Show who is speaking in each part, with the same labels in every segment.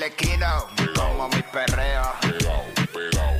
Speaker 1: Le quino como mi perreo.
Speaker 2: pegao, pegao.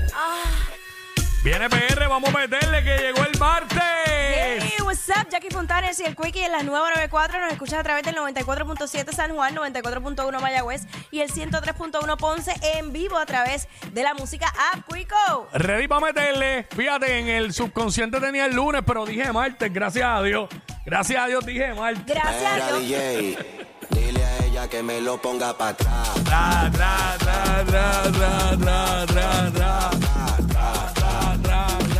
Speaker 3: Viene PR, vamos a meterle que llegó el martes.
Speaker 4: Hey, what's up? Jackie Fontanes y el Quickie en la nueva 94 nos escuchas a través del 94.7 San Juan, 94.1 Mayagüez y el 103.1 Ponce en vivo a través de la música App Quico.
Speaker 3: Ready para meterle. Fíjate, en el subconsciente tenía el lunes, pero dije martes, gracias a Dios. Gracias a Dios dije martes.
Speaker 4: Gracias
Speaker 5: Mira,
Speaker 4: a Dios.
Speaker 5: DJ, dile a ella que me lo ponga para atrás.
Speaker 3: Tra, tra, tra, tra, tra, tra, tra, tra.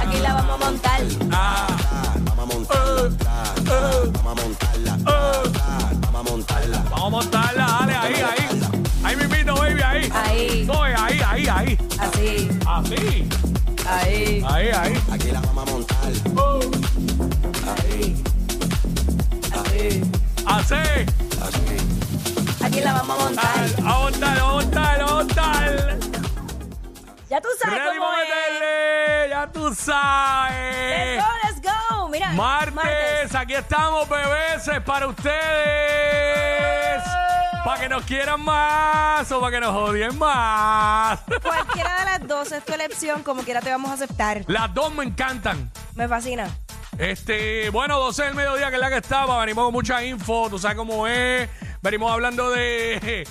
Speaker 4: Aquí la vamos a montar.
Speaker 5: Vamos a montarla, atrás.
Speaker 4: Eh,
Speaker 5: vamos a montarla, atrás. vamos a montarla.
Speaker 3: Vamos a montarla, dale, ahí, ahí. Ahí mismito, baby, ahí.
Speaker 4: Ahí.
Speaker 3: Coge, ahí, ahí, ahí.
Speaker 4: Así,
Speaker 3: Así.
Speaker 4: ahí,
Speaker 3: Ahí, ahí.
Speaker 5: Aquí la vamos a montar. Ahí,
Speaker 4: así.
Speaker 3: Así.
Speaker 5: así.
Speaker 4: Aquí la vamos a montar.
Speaker 3: Tal, A montar, a montar, a montar.
Speaker 4: Ya tú sabes
Speaker 3: Ready
Speaker 4: cómo
Speaker 3: para
Speaker 4: es.
Speaker 3: meterle. Ya tú sabes.
Speaker 4: Let's go, let's go. Mira,
Speaker 3: Martes, aquí estamos, bebés, es para ustedes. Para que nos quieran más o para que nos odien más.
Speaker 4: Cualquiera de las dos es tu elección, como quiera te vamos a aceptar.
Speaker 3: Las dos me encantan.
Speaker 4: Me fascina.
Speaker 3: Este, bueno, 12 del mediodía, que es la que estaba. Venimos con mucha info, tú sabes cómo es. Venimos hablando de.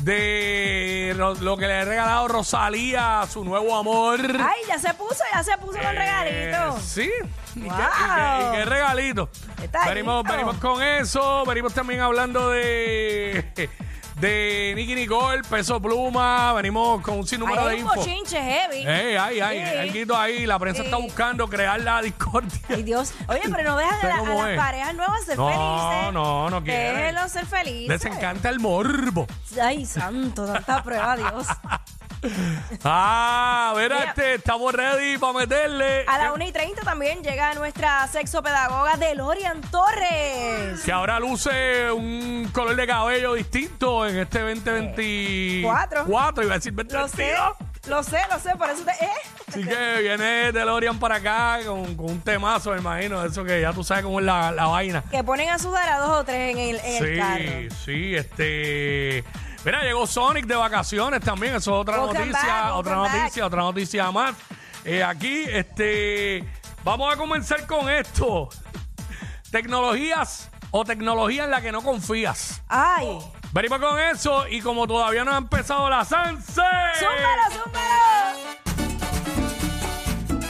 Speaker 3: de ro- lo que le ha regalado Rosalía a su nuevo amor.
Speaker 4: Ay, ya se puso, ya se puso con regalito.
Speaker 3: Eh, sí. ¿Y, qué, y
Speaker 4: Wow.
Speaker 3: qué- y qué regalito?
Speaker 4: Detallito.
Speaker 3: Venimos, venimos con eso. Venimos también hablando de. De Nicky Nicole, Peso Pluma. Venimos con un sinnúmero
Speaker 4: Ahí
Speaker 3: de
Speaker 4: hay un
Speaker 3: info. Eh.
Speaker 4: bochinche heavy.
Speaker 3: Ey, ay, ay,
Speaker 4: Sí.
Speaker 3: alguito ahí. La prensa
Speaker 4: Sí.
Speaker 3: está buscando crear la discordia.
Speaker 4: Ay, Dios. Oye, pero no dejan a,
Speaker 3: ¿Usted
Speaker 4: la- a
Speaker 3: cómo es?
Speaker 4: las parejas nuevas ser
Speaker 3: No,
Speaker 4: felices.
Speaker 3: no, no quieren.
Speaker 4: Déjenlos ser felices.
Speaker 3: Les encanta el morbo.
Speaker 4: Ay, santo, tanta prueba, Dios.
Speaker 3: Ah, verá,
Speaker 4: Mira.
Speaker 3: este, estamos ready para meterle.
Speaker 4: A la 1 y 30 también llega nuestra sexopedagoga Delorian Torres.
Speaker 3: Que ahora luce un color de cabello distinto en este 2024.
Speaker 4: Cuatro.
Speaker 3: Iba a decir
Speaker 4: Lo sé,
Speaker 3: 2022.
Speaker 4: lo sé, lo sé, por eso te... ¿eh?
Speaker 3: Así que viene DeLorean para acá con, con un temazo, me imagino. de Eso que ya tú sabes cómo es la, la vaina.
Speaker 4: Que ponen a sudar a dos o tres en el, en el
Speaker 3: Sí,
Speaker 4: carro.
Speaker 3: sí, este. Mira, llegó Sonic de vacaciones también. Eso es otra
Speaker 4: Welcome
Speaker 3: noticia,
Speaker 4: back,
Speaker 3: otra
Speaker 4: welcome
Speaker 3: noticia, otra noticia más. Eh, aquí, este. Vamos a comenzar con esto: tecnologías o tecnología en la que no confías.
Speaker 4: Ay,
Speaker 3: Venimos con eso y como todavía no ha empezado la Sanse.
Speaker 4: zúmbalo, zúmbalo.